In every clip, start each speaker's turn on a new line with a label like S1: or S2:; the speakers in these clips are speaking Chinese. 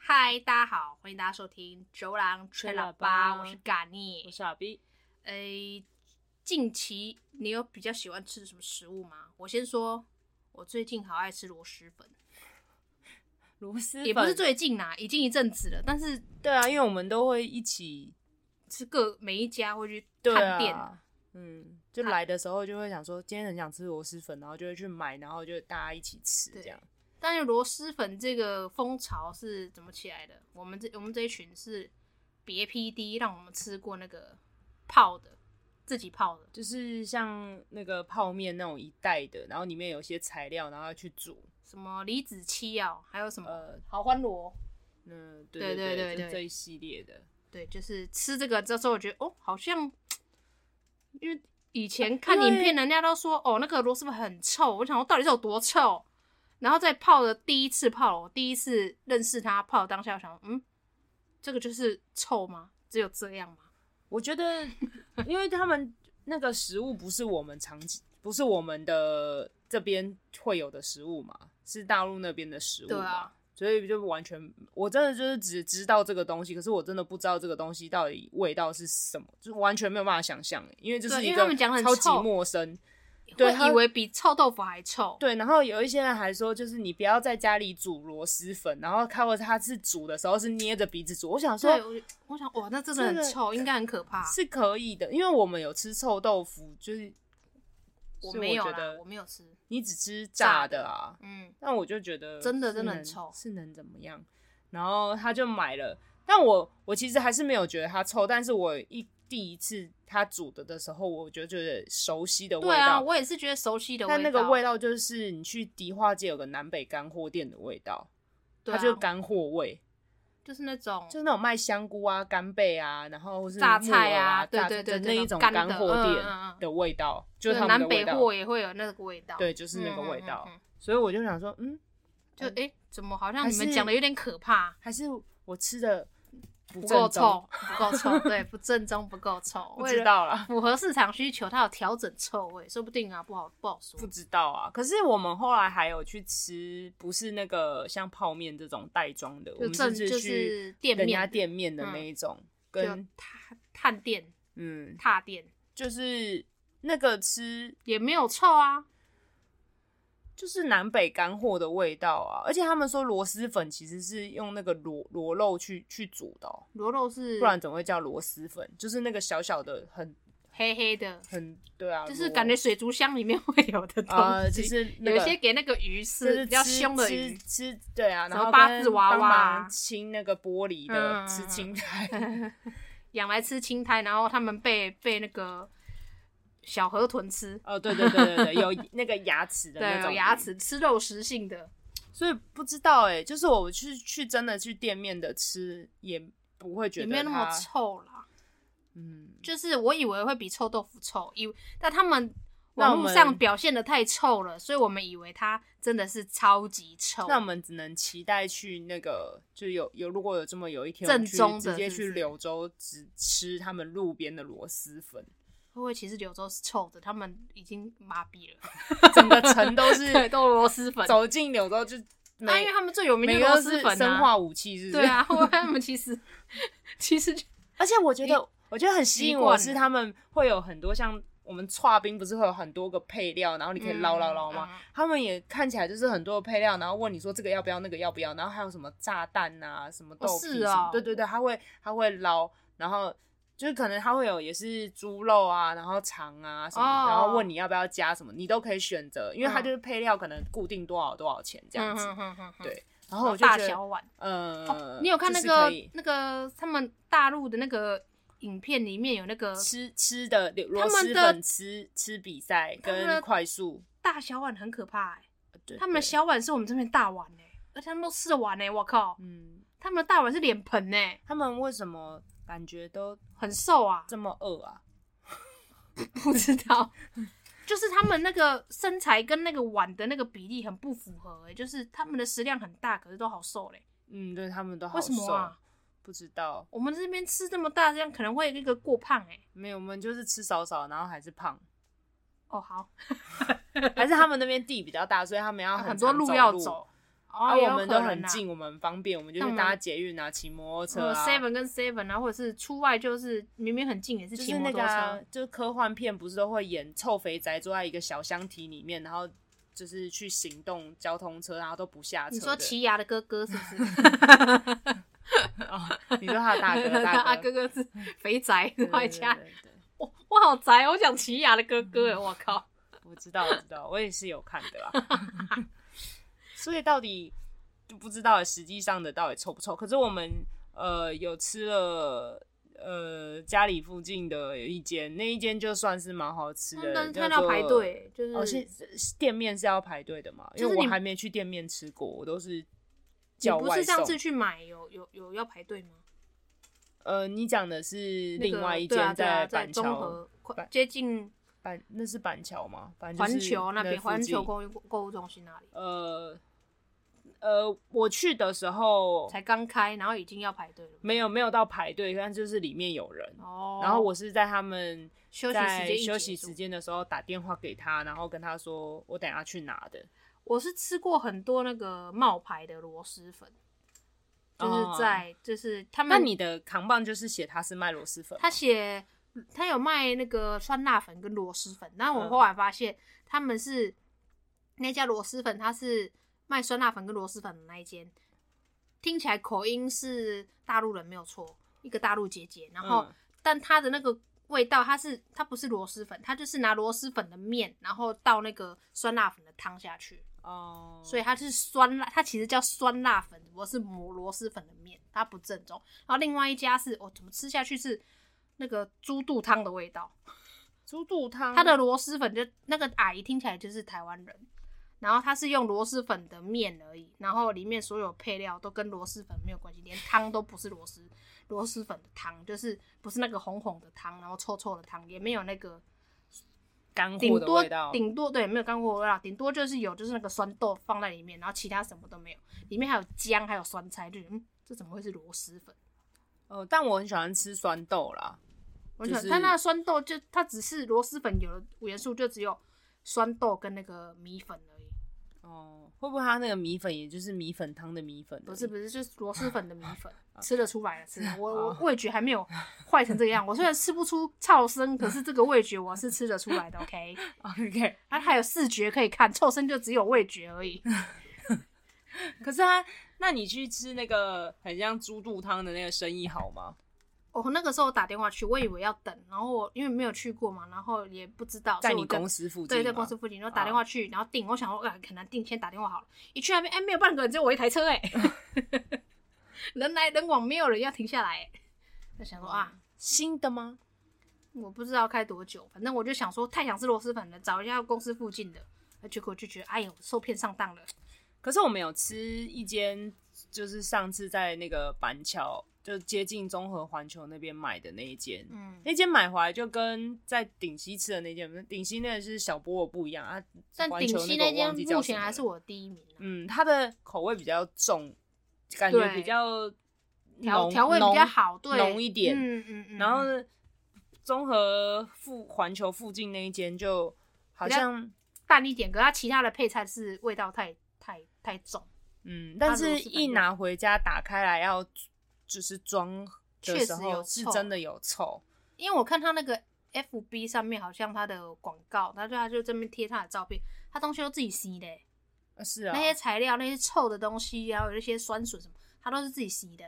S1: 嗨，大家好，欢迎大家收听《九郎吹喇叭》，我是嘎
S2: 我
S1: 尼。
S2: 是阿 B，
S1: 诶，近期你有比较喜欢吃什么食物吗？我先说，我最近好爱吃螺蛳粉，
S2: 螺蛳粉
S1: 也不是最近啦，已经一阵子了，但是
S2: 对啊，因为我们都会一起
S1: 是各每一家会去
S2: 对
S1: 探店。
S2: 啊，嗯，就来的时候就会想说今天很想吃螺蛳粉，然后就会去买，然后就大家一起吃
S1: 对
S2: 这样。
S1: 但是螺蛳粉这个风潮是怎么起来的？我们这我们这一群是别 PD 让我们吃过那个泡的，自己泡的。
S2: 就是像那个泡面那种一袋的，然后里面有些材料，然后要去煮。
S1: 什么李子柒啊，还有什么
S2: 呃
S1: 好欢螺，
S2: 嗯，
S1: 对
S2: 对
S1: 对对
S2: 对就
S1: 对
S2: 是这一系列的。
S1: 对，就是吃这个之后，我觉得哦，好像，因为以前看影片，人家都说哦，那个螺蛳粉很臭，我想说到底是有多臭。然后在泡的第一次泡，我第一次认识它泡的当下，我想，嗯，这个就是臭吗？只有这样吗？
S2: 我觉得，因为他们那个食物不是我们常，不是我们的这边会有的食物嘛，是大陆那边的食物嘛，
S1: 对啊
S2: 所以就完全，我真的就是只知道这个东西，可是我真的不知道这个东西到底味道是什么，就完全没有办法想象，欸因为这
S1: 对
S2: 是
S1: 因
S2: 一
S1: 为
S2: 个
S1: 他们讲得很
S2: 超级
S1: 臭
S2: 陌生。对
S1: 会
S2: 它
S1: 以为比臭豆腐还臭。
S2: 对，然后有一些人还说，就是你不要在家里煮螺蛳粉，然后看过他是煮的时候是捏着鼻子煮，我想说，
S1: 对，我我想，哇，那真的很
S2: 这个
S1: 臭，应该很可怕。
S2: 是可以的，因为我们有吃臭豆腐，就是
S1: 我
S2: 是
S1: 没有
S2: 觉
S1: 啦，我
S2: 得
S1: 没有吃。
S2: 你只吃
S1: 炸
S2: 炸
S1: 的
S2: 的啊，
S1: 嗯，
S2: 但我就觉得
S1: 真的
S2: 是
S1: 真的很
S2: 能
S1: 臭
S2: 是能怎么样？然后他就买了，但我我其实还是没有觉得它臭，但是我一第一次他煮的的时候，我就觉得熟悉的味
S1: 对啊，
S2: 道，
S1: 我也是觉得熟悉的味道。
S2: 但那个味道就是你去迪化街有个南北干货店的味道，
S1: 对啊，
S2: 它就干货味，
S1: 就是那种
S2: 就是那种卖香菇啊、干贝啊，然后或是
S1: 榨
S2: 木
S1: 菜
S2: 耳
S1: 啊
S2: 啊、
S1: 对
S2: 榨
S1: 对
S2: 菜
S1: 对
S2: 的
S1: 对
S2: 那
S1: 那
S2: 一种
S1: 种干
S2: 干
S1: 的
S2: 货
S1: 嗯
S2: 店
S1: 嗯嗯
S2: 的味道，就是他们
S1: 南
S2: 的
S1: 北
S2: 味道。
S1: 货也会有那个味道，
S2: 对，就是那个
S1: 嗯
S2: 味道。
S1: 嗯嗯嗯
S2: 所以我就想说，嗯，
S1: 就哎、诶怎么好像
S2: 还
S1: 你们
S2: 是
S1: 讲的有点可怕，
S2: 还是我吃的不
S1: 不
S2: 正
S1: 够
S2: 宗，
S1: 臭，不够臭，对，不正宗，不够臭，
S2: 不
S1: 为
S2: 知
S1: 了
S2: 道啦，
S1: 符合市场需求，它有调整臭味，说不定啊，不好不好说
S2: 不。知道啊。可是我们后来还有去吃，不是那个像泡面这种袋装的，我们
S1: 正
S2: 是
S1: 就
S2: 去
S1: 是店
S2: 人家
S1: 面
S2: 店面的那
S1: 嗯
S2: 一种，
S1: 就
S2: 跟
S1: 踏探店
S2: 嗯，
S1: 踏店
S2: 就是那个吃
S1: 也没有臭啊，
S2: 就是南北干货的味道啊，而且他们说螺蛳粉其实是用那个螺螺肉去去煮的哦、
S1: 螺肉是
S2: 不然怎么会叫螺蛳粉？就是那个小小的很
S1: 黑黑的，
S2: 很对啊，
S1: 就是
S2: 螺
S1: 感觉水族箱里面会有的东西，
S2: 呃，就是、那
S1: 有
S2: 个、
S1: 一些给那个鱼
S2: 就是是
S1: 比较
S2: 吃
S1: 凶的
S2: 吃
S1: 鱼，
S2: 吃对啊，
S1: 什
S2: 然
S1: 么
S2: 后
S1: 八
S2: 跟
S1: 字娃
S2: 帮
S1: 娃啊
S2: 忙清那个玻璃的，
S1: 嗯
S2: 吃青 苔，
S1: 养来吃青苔，然后他们被被那个小河豚吃，
S2: 哦，对对对对对，有那个牙齿的那
S1: 对，有
S2: 种
S1: 牙，齿吃肉食性的，
S2: 所以不知道哎、就是我去去真的去店面的吃也不会觉
S1: 也
S2: 得
S1: 没有那么
S2: 它，
S1: 臭啦。
S2: 嗯，
S1: 就是我以为会比臭豆腐臭，以为但他们
S2: 那
S1: 网
S2: 我
S1: 络
S2: 们
S1: 上表现的太臭了，所以我们以为它真的是超级臭。
S2: 那我们只能期待去那个，就是有有如果有这么有一天，
S1: 正
S2: 我们去
S1: 宗的
S2: 直接
S1: 是不
S2: 去
S1: 是
S2: 柳州只吃他们路边的螺蛳 粉，
S1: 会不会其实柳州是臭的？他们已经麻痹 了，
S2: 整个城都
S1: 对，
S2: 是
S1: 都螺蛳粉。
S2: 走进柳州就每、
S1: 那、啊因为他们最有名
S2: 每
S1: 就是螺蛳
S2: 个都是
S1: 粉、啊、
S2: 生化武器，是不是？
S1: 对啊，我他们其实其实就
S2: 而且我觉得，我觉得很吸引
S1: 习惯欸
S2: 我
S1: 了
S2: 是他们会有很多像我们串冰不是会有很多个配料，然后你 可以捞捞捞吗？
S1: 嗯嗯
S2: 他们也看起来就是很多的配料，然后问你说这个要不要，那个要不要，然后还有什么炸弹啊，什么豆
S1: 哦
S2: 皮
S1: 是
S2: 什
S1: 哦
S2: 么，对对对，他会他会捞，然后。就是可能他会有也是猪肉啊，然后肠啊什么
S1: 哦
S2: 然后问你要不要加什么，你都可以选择，因为它
S1: 嗯
S2: 就是配料可能固定多少多少钱这样子。
S1: 嗯嗯嗯嗯
S2: 对然后我就
S1: 大
S2: 觉得，
S1: 小碗。
S2: 呃、
S1: 你有看那
S2: 就是
S1: 个
S2: 可以
S1: 那个他们大陆的那个影片里面有那个
S2: 吃吃的螺
S1: 他们
S2: 蛳
S1: 的
S2: 粉吃吃比赛
S1: 他们的
S2: 跟快速，
S1: 大小碗很可怕哎、
S2: 对
S1: 他们的
S2: 对
S1: 小碗是我们这边大碗哎、而且他们都吃得完哎、我靠，
S2: 嗯，
S1: 他们的大碗是脸盆哎、
S2: 他们为什么感觉都
S1: 很瘦啊，
S2: 这么饿啊？
S1: 不知道，就是他们那个身材跟那个碗的那个比例很不符合哎、就是他们的食量很大，可是都好瘦嘞、
S2: 嗯，对他们都好
S1: 为什
S2: 瘦，
S1: 么啊？
S2: 不知道，
S1: 我们这边吃这么大，这样可能会那个过胖哎、
S2: 没有，我们就是吃少少，然后还是胖，
S1: 哦好，
S2: 还是他们那边地比较大，所以他们要
S1: 啊很
S2: 常
S1: 多路要
S2: 走
S1: 走。
S2: 啊，
S1: 哦，也有
S2: 我们都
S1: 可能
S2: 很
S1: 啊
S2: 近，我们很方便，我们就
S1: 那我
S2: 是
S1: 们
S2: 搭捷运啊，骑摩托车
S1: 呃
S2: 啊，
S1: ，seven 跟 seven 啊，或者是出外就是明明很近，也是
S2: 就
S1: 骑
S2: 是
S1: 摩
S2: 那
S1: 托
S2: 个
S1: 车。
S2: 啊、就是科幻片不是都会演臭肥宅坐在一个小箱体里面，然后就是去行动交通车，然后都不下车的。
S1: 你说奇牙的哥哥是不是？
S2: 哦，你说他 的大 哥
S1: 他
S2: 大
S1: 啊
S2: 哥，
S1: 哥哥是肥宅，
S2: 对
S1: 然后加
S2: 对对对对
S1: 我我好宅哦，我想奇雅的哥哥，我靠！
S2: 我知道我知道，我也是有看的啦。 所以到底就不知道实际上的到底臭不臭？可是我们呃有吃了。呃，家里附近的有一间，那一间就算是蛮好吃的，
S1: 嗯但是
S2: 叫
S1: 看到
S2: 做
S1: 排队就是
S2: 哦，是是店面是要排队的嘛？
S1: 嗯
S2: 因
S1: 就
S2: 为
S1: 是
S2: 我
S1: 你
S2: 还没去店面吃过，我都是
S1: 你
S2: 叫
S1: 不
S2: 外
S1: 是上
S2: 送
S1: 次。去买有有有要排队吗？
S2: 呃，你讲的是
S1: 那个
S2: 另外一
S1: 对啊对
S2: 间
S1: 啊在
S2: 板
S1: 中
S2: 桥，
S1: 和快
S2: 板
S1: 接近
S2: 板那是板桥吗？反正就
S1: 环
S2: 是
S1: 球那边，
S2: 附
S1: 环球
S2: 近
S1: 购物购物中心那里
S2: 呃呃，我去的时候
S1: 才刚开，然后已经要排队了。
S2: 没有没有到排队，但就是里面有人。
S1: 哦，
S2: 然后我是在他们
S1: 休息时
S2: 在
S1: 间一
S2: 休
S1: 结
S2: 息
S1: 束
S2: 时间的时候打电话给他，然后跟他说我等下去拿的。
S1: 我是吃过很多那个冒牌的螺蛳粉，就
S2: 哦
S1: 是在、就是他
S2: 那
S1: 们
S2: 你的扛棒就是写他是卖螺蛳粉吗，
S1: 他写他有卖那个酸辣粉跟螺蛳粉，但我
S2: 嗯
S1: 后来发现他们是那家螺蛳粉，他是卖酸辣粉跟螺蛳粉的那一间，听起来口音是大陆人没有错，一个大陆姐姐，然后、
S2: 嗯
S1: 但它的那个味道，它是它不是螺蛳粉，它就是拿螺蛳粉的面，然后倒那个酸辣粉的汤下去，
S2: 哦，
S1: 所以它是酸辣，它其实叫酸辣粉，只不过是抹螺蛳粉的面，它不正宗。然后另外一家是，哦，怎么吃下去是那个猪肚汤的味道，
S2: 猪肚汤
S1: 它的螺蛳粉就那个阿姨听起来就是台湾人，然后它是用螺蛳粉的面而已，然后里面所有配料都跟螺蛳粉没有关系，连汤都不是螺蛳螺蛳粉的汤，就是不是那个红红的汤，然后臭臭的汤，也没有那个
S2: 干
S1: 顶
S2: 货的
S1: 多
S2: 味道，
S1: 顶多对，没有干过味道，顶多就是有就是那个酸豆放在里面，然后其他什么都没有，里面还有姜，还有酸菜，就觉得嗯，这怎么会是螺蛳粉？
S2: 呃，但我很喜欢吃酸豆啦，
S1: 我
S2: 就
S1: 想
S2: 是
S1: 它那酸豆就它只是螺蛳粉有的元素就只有酸豆跟那个米粉而已，
S2: 哦，会不会它那个米粉也就是米粉汤的米粉？
S1: 不是不
S2: 是，
S1: 是就是螺蛳粉的米 粉，吃得出来了，吃得我我
S2: 哦
S1: 味觉还没有坏成这个样，我虽然吃不出噪声，可是这个味觉我是吃得出来的，OK。 啊
S2: OK，
S1: 它还有视觉可以看，臭声就只有味觉而已。
S2: 可是它，那你去吃那个很像猪肚汤的那个生意好吗？
S1: 我、哦那个时候打电话去，我以为要等，然后我因为没有去过嘛，然后也不知道，
S2: 在
S1: 所以
S2: 你
S1: 哦我就
S2: 公司附近吗？啊
S1: 对，在公司附近，然后打电话去，然后订，我想说，哎、很难订，先打电话好了。一去那边，哎、没有半个人，只有我一台车、 哎，人来人往，没有人要停下来、哎我想说
S2: 哦
S1: 啊，
S2: 新的吗？
S1: 我不知道开多久，反正我就想说，太想吃螺蛳粉了，找一下公司附近的。结果就觉得，哎呦，受骗上当了。
S2: 可是我们有吃一间，就是上次在那个板桥，就接近综合环球那边买的那一间，
S1: 嗯，
S2: 那间买回来就跟在顶西吃的那间，顶西那个是小波尔不一样啊。
S1: 但
S2: 环
S1: 顶
S2: 球
S1: 溪
S2: 个
S1: 那
S2: 我
S1: 间
S2: 忘记叫
S1: 目
S2: 什
S1: 前
S2: 么
S1: 还
S2: 了
S1: 是我第一名、啊，
S2: 嗯，它的口味比较重，感觉
S1: 对
S2: 比较
S1: 调
S2: 浓
S1: 调味比较
S2: 浓
S1: 好，对，
S2: 浓一点
S1: 嗯嗯嗯。
S2: 然后
S1: 嗯
S2: 呢，综合附环球附近那一间就好
S1: 比较
S2: 像
S1: 淡一点，可它其他的配菜是味道太太太重，
S2: 嗯，
S1: 它
S2: 但
S1: 如果
S2: 是
S1: 是感
S2: 一
S1: 觉
S2: 拿回家打开来要就是装的
S1: 确
S2: 时
S1: 实
S2: 候
S1: 有
S2: 是
S1: 臭
S2: 真的有臭，
S1: 因为我看他那个 FB 上面好像他的广告，他就他就这边贴他的照片，他东西都自己吸的、
S2: 啊是啊
S1: 那，些材料、那些臭的东西，还有那些酸笋什么，他都是自己吸的，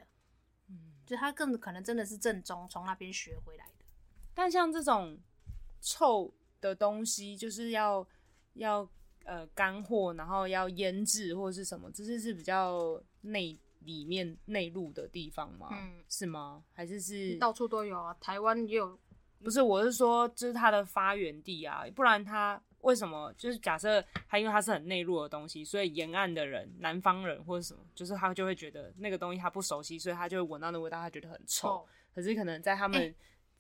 S2: 嗯
S1: 就他更可能真的是正宗从那边学回来的。
S2: 但像这种臭的东西，就是要要呃干货，然后要腌制或是什么，这就是比较内里面内陆的地方吗？
S1: 嗯
S2: 是吗？还是是
S1: 到处都有啊，台湾也有，
S2: 不是，我是说，就是它的发源地啊，不然它为什么就是假设它因为它是很内陆的东西，所以沿岸的人、南方人或者什么，就是他就会觉得那个东西他不熟悉，所以他就会闻到那味道，他觉得很臭。
S1: 哦
S2: 可是可能在他
S1: 哎
S2: 们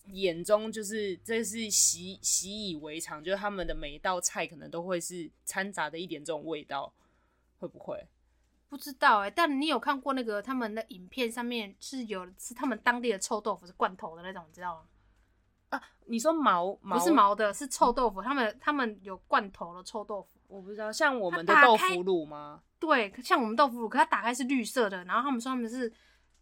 S2: 眼中，就是、这是习习以为常，就是他们的每一道菜可能都会是掺杂着一点这种味道，会不会？
S1: 不知道哎、但你有看过那个他们的影片上面是有是他们当地的臭豆腐是罐头的那种，你知道吗？
S2: 啊，你说毛毛嗯
S1: 不是，毛的，是臭豆腐。他们他们有罐头的臭豆腐，
S2: 我不知道，像我们的
S1: 它打
S2: 豆
S1: 开
S2: 腐乳吗？
S1: 对，像我们豆腐乳，可它打开是绿色的，然后他们说他们是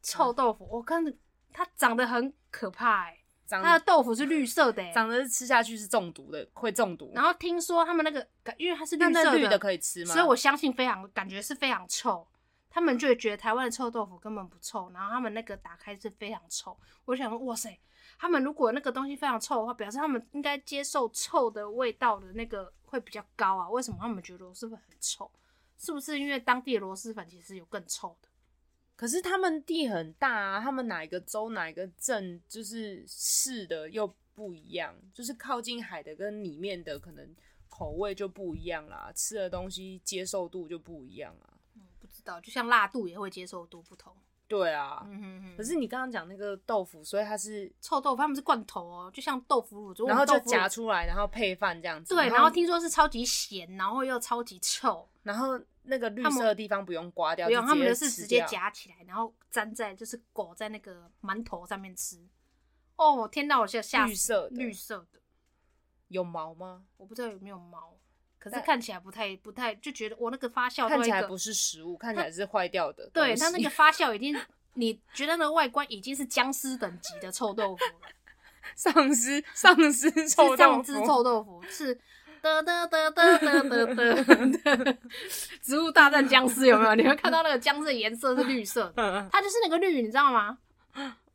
S1: 臭豆腐，我看着它长得很可怕哎、
S2: 嗯长
S1: 它的豆腐是绿色的、欸，
S2: 长得是吃下去是中毒的，会中毒。
S1: 然后听说他们那个，因为它是绿
S2: 那
S1: 色
S2: 那绿的可以吃吗？
S1: 所以我相信非常感觉是非常臭。他们就会觉得台湾的臭豆腐根本不臭，然后他们那个打开是非常臭。我想说，哇塞，他们如果那个东西非常臭的话，表示他们应该接受臭的味道的那个会比较高啊。为什么他们觉得螺蛳粉很臭？是不是因为当地的螺蛳粉其实有更臭的？
S2: 可是他们地很大啊，他们哪一个州哪一个镇就是市的又不一样，就是靠近海的跟里面的可能口味就不一样啦，吃的东西接受度就不一样啊。
S1: 嗯，不知道。就像辣度也会接受度不同。
S2: 对啊，
S1: 嗯哼哼。
S2: 可是你刚刚讲那个豆腐，所以它是
S1: 臭豆腐他们是罐头哦，就像豆腐乳，就我们
S2: 然后就
S1: 豆腐乳
S2: 夹出来，然后配饭这样子。
S1: 对，然
S2: 然
S1: 后听说是超级咸，然后又超级臭。
S2: 然后那个绿色的地方不用刮掉，
S1: 不用，
S2: 就
S1: 他们的
S2: 吃
S1: 是直接
S2: 掉。
S1: 夹起来，然后粘在就是裹在那个馒头上面吃。哦，天哪，我吓吓
S2: 绿
S1: 死
S2: 色
S1: 嗯
S2: 的
S1: 绿色的，
S2: 有毛吗？
S1: 我不知道有没有毛，可是
S2: 但
S1: 看起来不太不太，就觉得我那个发酵
S2: 看
S1: 到一
S2: 起来
S1: 个
S2: 不是食物，看起来是坏掉的。
S1: 对它 那个发酵已经， 你觉得那个外观已经是僵尸等级的臭豆腐了，
S2: 丧尸丧尸
S1: 是
S2: 臭
S1: 酱
S2: 豆
S1: 汁
S2: 腐
S1: 臭豆腐是。得得得得得得得得， 植物大战僵尸有没有？你会看到那个僵尸的颜色是绿色的，
S2: 嗯
S1: 它就是那个绿，你知道吗？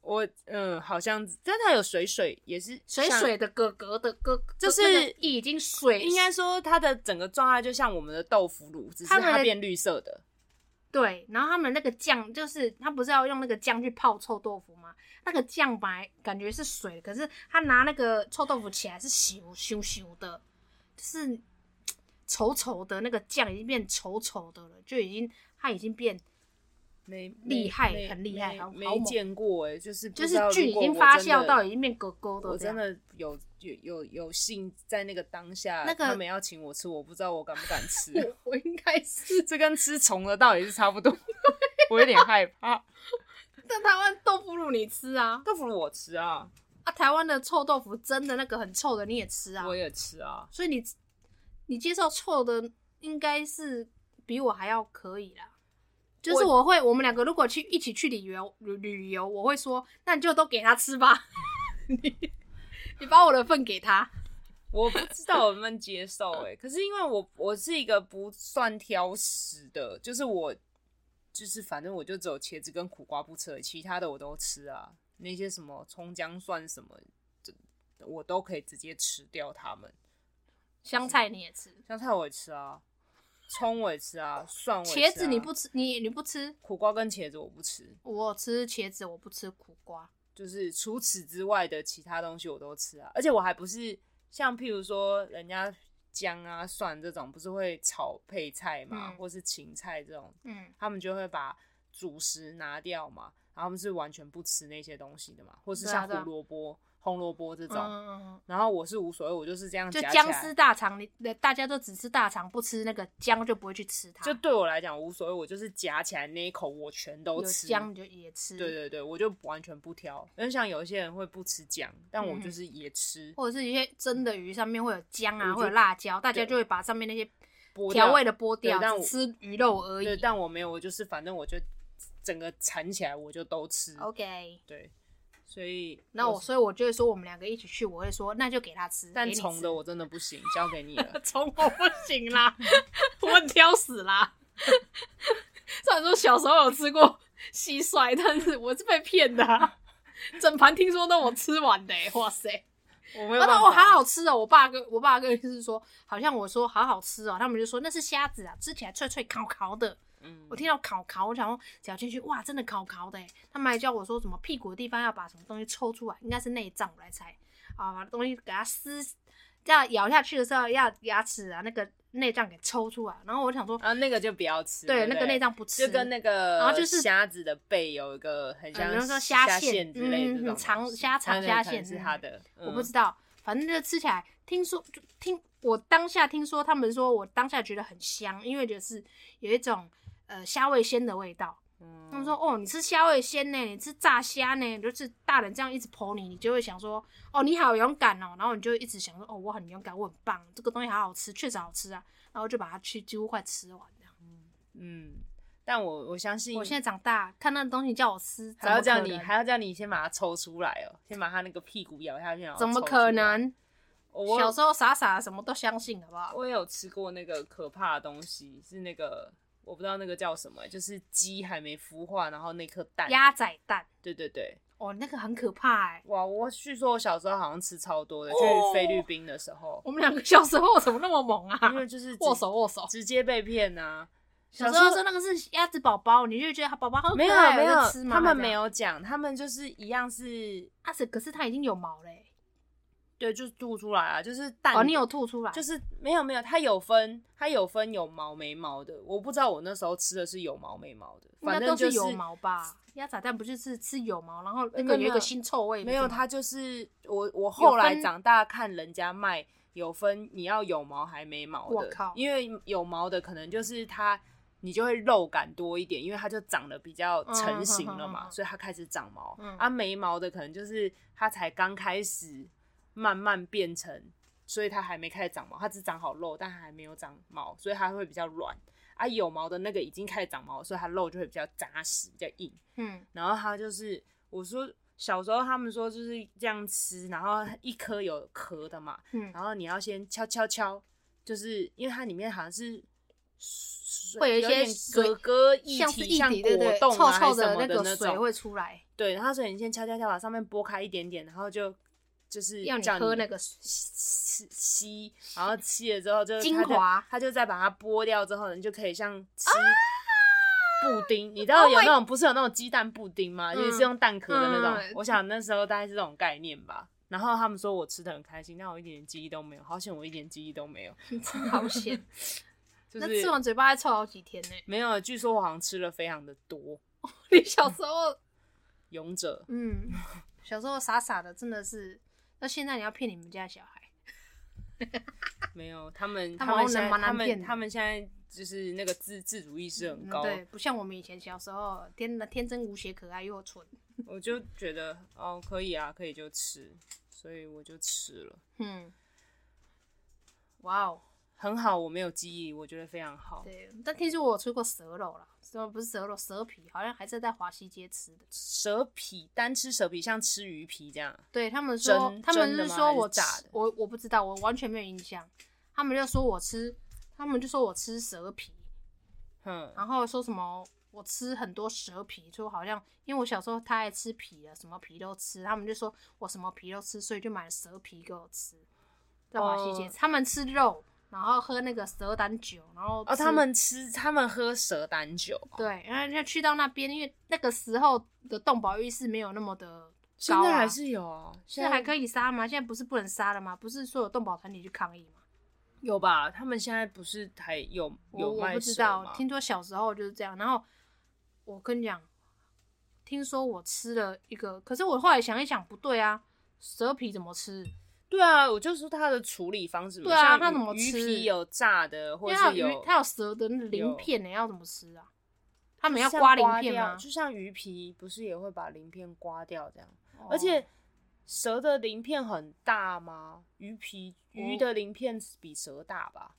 S2: 我嗯，好像，但它有水水，也是
S1: 水
S2: 像，
S1: 水的哥哥的哥，
S2: 就是
S1: 那个已经水
S2: 应该说它的整个状态就像我们的豆腐乳，只是
S1: 它们
S2: 它
S1: 的
S2: 变绿色的。
S1: 对。然后他们那个酱，就是他不是要用那个酱去泡臭豆腐吗？那个酱本来感觉是水，可是他拿那个臭豆腐起来是咻咻咻的，就是嘖稠稠的那个酱已经变稠稠的了，就已经它已经变
S2: 没没
S1: 厉害
S2: 没
S1: 很厉害好
S2: 没
S1: 好
S2: 没
S1: 猛
S2: 见过哎、就是不
S1: 就
S2: 知
S1: 是
S2: 道
S1: 菌
S2: 如
S1: 已
S2: 果
S1: 经
S2: 我
S1: 发
S2: 真
S1: 酵
S2: 的
S1: 到已经变狗狗的
S2: 我
S1: 这样
S2: 真。的有有有有幸在那个当下，
S1: 那个
S2: 他们要请我吃，我不知道我敢不敢吃，
S1: 我我应该是
S2: 这跟吃虫的道理是差不多， 我有点害怕。
S1: 在台湾豆腐乳你吃啊
S2: 豆腐乳我吃 啊，
S1: 啊！台湾的臭豆腐真的那个很臭的你也吃啊，
S2: 我也吃啊，
S1: 所以你你接受臭的应该是比我还要可以啦。就是我会，我们两个如果去一起去旅游旅旅游，我会说，那你就都给他吃吧， 你你把我的份给他。
S2: 我不知道能不能接受哎、可是因为我我是一个不算挑食的，就是我就是反正我就只有茄子跟苦瓜不吃而已，其他的我都吃啊，那些什么葱姜蒜什么，这我都可以直接吃掉它们。
S1: 香菜你也吃，
S2: 香菜我也吃啊，葱我也吃啊，蒜我也吃、啊。
S1: 茄子你不，吃，你你不吃，
S2: 苦瓜跟茄子我不吃，
S1: 我吃茄子，我不吃苦瓜。
S2: 就是除此之外的其他东西我都吃啊，而且我还不是像譬如说人家姜啊、蒜这种，不是会炒配菜嘛，
S1: 嗯
S2: 或是芹菜这种，
S1: 嗯，
S2: 他们就会把主食拿掉嘛，然后他们是完全不吃那些东西的嘛，或是
S1: 对啊
S2: 像
S1: 对啊
S2: 胡萝卜、红萝卜这
S1: 嗯
S2: 种。
S1: 嗯嗯
S2: 然后我是无所谓，我就是这样
S1: 就
S2: 夹起
S1: 姜
S2: 来
S1: 丝大肠，你大家都只吃大肠，不吃那个姜就不会去吃它。
S2: 就对我来讲无所谓，我就是夹起来那一口我全都
S1: 有
S2: 吃。
S1: 姜你就也吃，
S2: 对对对，我就完全不挑，因为像有一些人会不吃姜，但我
S1: 嗯哼
S2: 就是也吃，
S1: 或者是一些蒸的鱼上面会有姜
S2: 我
S1: 啊，
S2: 就
S1: 会有辣椒，大家
S2: 对
S1: 就会把上面那些
S2: 剥掉
S1: 调味的剥掉
S2: 对，但
S1: 只
S2: 我
S1: 吃鱼肉而
S2: 对，
S1: 已。
S2: 但我没有，我就是反正我就整个缠起来，我就都吃。
S1: OK，
S2: 对，所以
S1: 哦那我所以我就会说，我们两个一起去，我会说那就给他吃，
S2: 但
S1: 给你
S2: 虫
S1: 吃。
S2: 的我真的不行，交给你了
S1: 虫我不行 啦，我很挑死啦。虽然说小时候有吃过蟋蟀，但是我是被骗的 啊、整盘听说都我吃完的、欸，哇塞！
S2: 啊我没有
S1: 然
S2: 办
S1: 后我好
S2: 法，
S1: 好吃哦，我爸跟我爸跟就是说，好像我说好好吃哦，他们就说那是虾子啊，吃起来脆脆烤烤的。
S2: 嗯
S1: 我，听到烤烤，我想要嚼进去，哇，真的烤烤的欸。他们还教我说什么屁股的地方要把什么东西抽出来，应该是内脏，我来猜啊，把东西给它撕，这样咬下去的时候要牙齿啊那个内脏给抽出来。然后我想说，
S2: 啊，那个就不要吃，对
S1: 对，
S2: 不对，
S1: 那个内脏不吃，
S2: 就跟那个，
S1: 然后就是
S2: 虾子的背有一个很
S1: 呃
S2: 像，
S1: 比方说虾
S2: 虾
S1: 线
S2: 之类的
S1: 嗯
S2: 这种
S1: 长
S2: 东西
S1: 虾长
S2: 它那个
S1: 虾
S2: 可能
S1: 线
S2: 是它的，
S1: 我不
S2: 嗯
S1: 知道，反正就吃起来，听说就听我当下听说他们说我当下觉得很香，因为就是有一种呃虾味鲜的味道。
S2: 嗯
S1: 他们说哦，你吃虾味鲜呢，你吃炸虾呢，就是大人这样一直剖你，你就会想说哦，你好勇敢哦，然后你就一直想说哦，我很勇敢，我很棒，这个东西好好吃，确实好吃啊，然后就把它去几乎快吃完这样。
S2: 嗯，但我我相信
S1: 我现在长大，看那东西叫我吃，
S2: 还要
S1: 怎
S2: 叫
S1: 么可
S2: 你，
S1: 能
S2: 还要叫你先把它抽出来哦，先把它那个屁股咬下去。然后
S1: 怎么
S2: 抽出
S1: 可
S2: 来？
S1: 能？
S2: 我
S1: 小时候傻傻的什么都相信，好不好？
S2: 我有吃过那个可怕的东西，是那个我不知道那个叫什么、就是鸡还没孵化，然后那颗蛋。
S1: 鸭仔蛋，
S2: 对对对，
S1: 哦，那个很可怕哎、
S2: 哇！我据说我小时候好像吃超多的，
S1: 哦
S2: 去菲律宾的时候，
S1: 我们两个小时候怎么那么猛
S2: 因
S1: 啊？
S2: 为就是直
S1: 握手握手。
S2: 直接被骗呐、
S1: 小时
S2: 小时
S1: 候
S2: 候
S1: 说那个是鸭子宝宝，你就觉得它宝宝好
S2: 没
S1: 可
S2: 有
S1: 爱
S2: 没
S1: 我
S2: 有
S1: 在吃，吗
S2: 他们
S1: 这样
S2: 没有讲，他们就是一样是，
S1: 啊，是可是它已经有毛欸嘞、
S2: 对，就是吐出来啊，就是蛋。
S1: 哦，你有吐出来，
S2: 就是没有没有，它有分，它有分有毛没毛的。我不知道我那时候吃的是有毛没毛的，
S1: 应该
S2: 反
S1: 都
S2: 正就是
S1: 有毛吧？鸭仔蛋不就是吃有毛，然后那
S2: 没
S1: 个有
S2: 有
S1: 一
S2: 没
S1: 个
S2: 有
S1: 腥臭味，
S2: 没有。
S1: 是吗
S2: 它就是我我后来
S1: 分
S2: 长大看人家卖有分，你要有毛还没毛
S1: 我
S2: 的
S1: 靠，
S2: 因为有毛的可能就是它。你就会肉感多一点，因为它就长得比较成型了
S1: 嗯
S2: 嘛，
S1: 嗯嗯嗯嗯
S2: 所以它开始长毛。
S1: 嗯
S2: 啊，没毛的可能就是它才刚开始慢慢变成，所以它还没开始长毛，它只长好肉，但它还没有长毛，所以它会比较软。啊，有毛的那个已经开始长毛，所以它肉就会比较扎实，比较硬。
S1: 嗯，
S2: 然后他就是我说小时候他们说就是这样吃，然后一颗有壳的嘛，
S1: 嗯
S2: 然后你要先敲敲敲，就是因为它里面好像是水。
S1: 会有一些
S2: 点
S1: 水
S2: 格格液
S1: 像是
S2: 体，
S1: 一
S2: 像
S1: 体对
S2: 果
S1: 对，
S2: 冻
S1: 臭
S2: 啊还
S1: 臭
S2: 是什么
S1: 那个
S2: 那
S1: 水
S2: 种。
S1: 会出来，
S2: 对，然后所以你先敲敲敲，把上面剥开一点点，然后就就是
S1: 要你
S2: 叫
S1: 喝那个水
S2: 吸吸，然后吸了之后就
S1: 精
S2: 它就
S1: 华啊
S2: 它就再把它剥掉之后呢，你就可以像吃布丁，你知道有那种不是有那种鸡蛋布丁吗？
S1: ，Oh 嗯
S2: 就是是用蛋壳的那种
S1: 嗯。
S2: 我想那时候大概是这种概念吧。然后他们说我吃的很开心，但我一点记忆都没有，好险我一点记忆都没有。
S1: 真好险。
S2: 就
S1: 那
S2: 是
S1: 吃完嘴巴还臭好几天呢。
S2: 没有，据说我好像吃了非常的多。
S1: 你小时候，
S2: 勇者，
S1: 嗯，小时候傻傻的，真的是。那现在你要骗你们家小孩，
S2: 没有，他们
S1: 他
S2: 他
S1: 们
S2: 们
S1: 好
S2: 现
S1: 像
S2: 在
S1: 蛮难
S2: 他
S1: 骗
S2: 们
S1: 的
S2: 他们现在就是那个自自主意识很
S1: 嗯
S2: 高，
S1: 对，不像我们以前小时候，天哪，天真无邪，可爱又蠢。
S2: 我就觉得哦可以啊，可以就吃，所以我就吃了，
S1: 嗯，哇哦，
S2: 很好，我没有记忆，我觉得非常好。
S1: 对，但听说我有吃过蛇肉啦，蛇不是蛇肉，蛇皮好像还是在华西街吃的。
S2: 蛇皮单吃蛇皮像吃鱼皮这样，
S1: 对他们说
S2: 蒸，
S1: 他们
S2: 蒸的
S1: 是
S2: 吗
S1: 说
S2: 还是
S1: 我吃
S2: 炸的
S1: 我我不知道，我完全没有印象。他们就说我吃，他们就说我吃蛇皮，
S2: 哼，
S1: 然后说什么我吃很多蛇皮，说好像因为我小时候太爱吃皮了，什么皮都吃，他们就说我什么皮都吃，所以就买了蛇皮给我吃，在华西街，
S2: 哦
S1: 他们吃肉，然后喝那个蛇胆酒，然后
S2: 哦，
S1: 吃
S2: 他们吃他们喝蛇胆酒，
S1: 对，然后就去到那边，因为那个时候的动保意识没有那么的
S2: 现
S1: 高、啊，
S2: 在还是有啊，
S1: 现在还
S2: 以
S1: 可以杀吗？现在不是不能杀了吗？不是所有动保团体去抗议吗？
S2: 有吧？他们现在不是还有
S1: 我
S2: 有
S1: 我
S2: 卖
S1: 不知
S2: 蛇
S1: 道
S2: 吗，？
S1: 听说小时候就是这样。然后我跟你讲，听说我吃了一个，可是我后来想一想，不对啊，蛇皮怎么吃？
S2: 对啊，我就说它的处理方式嘛，
S1: 对啊
S2: 像
S1: 它
S2: 鱼
S1: 怎么
S2: 鱼
S1: 吃
S2: 皮有炸的，
S1: 因
S2: 或
S1: 为
S2: 者
S1: 它
S2: 是
S1: 有鱼，它有蛇的那鳞片呢、要怎么吃啊？他们要
S2: 像
S1: 刮鳞片
S2: 掉
S1: 吗？
S2: 就像鱼皮不是也会把鳞片刮掉这样？
S1: 哦
S2: 而且蛇的鳞片很大吗？鱼皮
S1: 我
S2: 鱼的鳞片比蛇大吧？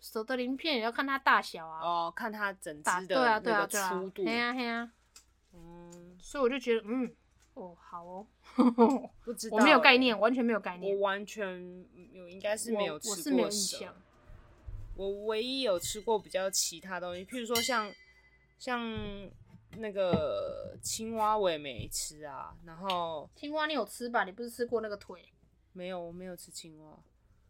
S1: 蛇的鳞片也要看它大小啊，
S2: 哦，看它整
S1: 大
S2: 只
S1: 对
S2: 的
S1: 啊
S2: 那
S1: 对啊
S2: 个
S1: 对啊
S2: 粗，度。
S1: 嘿呀嘿呀，
S2: 嗯，
S1: 所以我就觉得嗯。哦，好哦，
S2: 不知道，欸
S1: 我没有概念，，完全没有概
S2: 我
S1: 念，
S2: 完全有，应该是没有
S1: 我我
S2: 吃
S1: 是没有
S2: 过
S1: 印
S2: 蛇
S1: 象。。
S2: 我唯一有吃过比较其他东西，譬如说像像那个青蛙，我也没吃啊。然后
S1: 青蛙你有吃吧？你不是吃过那个腿？
S2: 没有，我没有吃青蛙。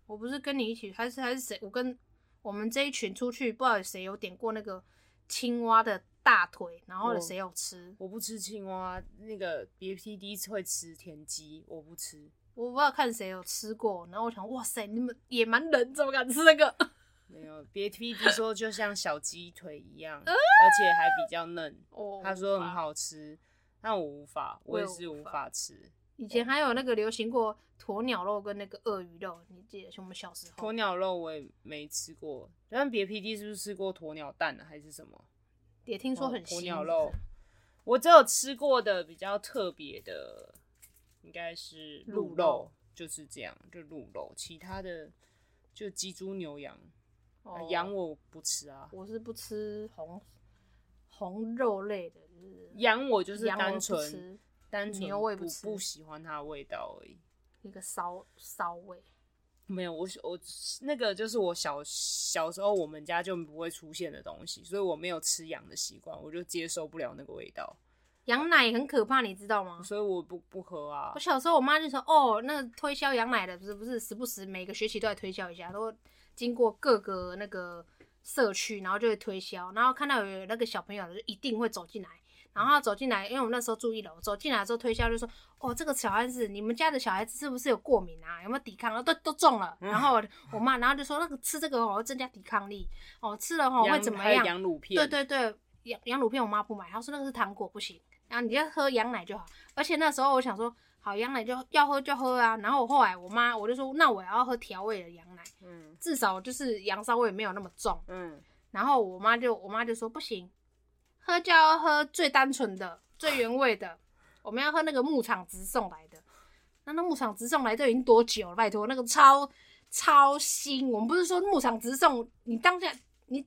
S1: 我不是跟你一起，还是还是谁？我跟我们这一群出去，不知道有谁有点过那个青蛙的大腿，然后
S2: 我
S1: 谁有吃？
S2: 我不吃青蛙，那个别 P D 会吃田鸡，我不吃。
S1: 我不知道看谁有吃过。然后我想，哇塞，你们野蛮人怎么敢吃那个？
S2: 没有，别 P D 说就像小鸡腿一样，而且还比较嫩。
S1: 哦
S2: 他说很。好吃，但我无法，
S1: 我
S2: 我
S1: 也
S2: 也是
S1: 无
S2: 无
S1: 法
S2: 法吃。
S1: 以前还有那个流行过鸵鸟肉跟那个鳄鱼肉，你记得？我们小时
S2: 鸵
S1: 候，
S2: 鸟肉我也没吃过，但别 P D 是不是吃过鸵鸟蛋啊，还是什么？
S1: 也听说很
S2: 鸵
S1: 新。
S2: 鸟肉，我只有吃过的比较特别的，应该是
S1: 鹿肉
S2: 鹿肉，就是这样，就鹿肉，其他的就鸡、猪、牛、羊。啊
S1: 哦
S2: 羊我不吃啊，
S1: 我是不吃红红肉类的，就是
S2: 羊我就是
S1: 羊我
S2: 单
S1: 不
S2: 纯
S1: 吃
S2: 单纯
S1: 牛我也不吃
S2: 不喜欢它的味道而已。
S1: 一个骚骚味，
S2: 没有，我我那个就是我小小时候我们家就不会出现的东西，所以我没有吃羊的习惯，我就接受不了那个味道，
S1: 羊奶很可怕，你知道吗？
S2: 所以我不不喝啊
S1: 我。小时候，我妈就说：“哦，那个推销羊奶的，不是不是，时不时每个学期都来推销一下，都会经过各个那个社区，然后就会推销，然后看到有那个小朋友，就一定会走进来。然后他走进来，因为我们那时候住一楼，走进来之后推销就说：‘哦，这个小孩子，你们家的小孩子是不是有过敏啊？有没有抵抗？都都中了。’然后我妈，然后就说：‘那个吃这个哦，会增加抵抗力哦，吃了哦
S2: 羊
S1: 会怎么
S2: 还有
S1: 样？’
S2: 羊乳片，
S1: 对对对，羊羊乳片我妈不买，她说那个是糖果，不行。然后你就喝羊奶就好。而且那时候我想说，好羊奶就要喝就喝啊。然后我后来我妈我就说，那我要喝调味的羊奶，
S2: 嗯
S1: 至少就是羊骚味没有那么重。
S2: 嗯，
S1: 然后我妈就我妈就说不行，喝就要喝最单纯的、最原味的，我们要喝那个牧场直送来的。那那牧场直送来都已经多久了？拜托，那个超超新。我们不是说牧场直送，你当下你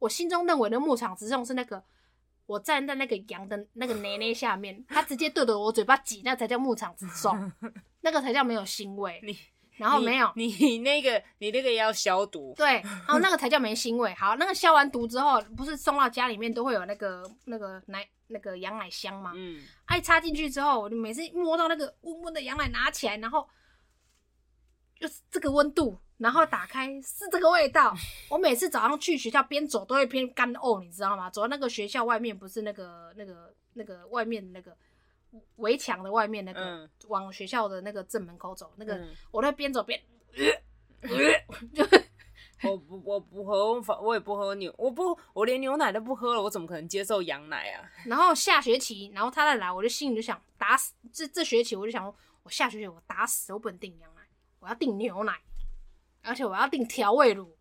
S1: 我心中认为的牧场直送是那个。我站在那个羊的那个奶奶下面，它直接对着我嘴巴挤，那才叫牧场直 送，那个才叫没有腥味。
S2: 你
S1: 然后
S2: 你
S1: 没有，
S2: 你你那个你那个要消毒，
S1: 对，然后那个才叫没腥味。好，那个消完毒之后，不是送到家里面都会有那个那个奶那个羊奶香吗？
S2: 嗯，
S1: 哎、插进去之后，我就每次摸到那个温温的羊奶，拿起来，然后就是这个温度，然后打开是这个味道。我每次早上去学校边走都会边干呕，你知道吗？走到那个学校外面，不是那个那个那个外面的那个围墙的外面那个、
S2: 嗯
S1: 往学校的那个正门口走，那个、
S2: 嗯
S1: 我都会边走边。
S2: 我不我不喝，我也不喝牛，我不我连牛奶都不喝了，我怎么可能接受羊奶啊？
S1: 然后下学期，然后他再来，我就心里就想打死这这学期，我就想说我下学期我打死我不能订羊奶，我要订牛奶，而且我要订调味乳，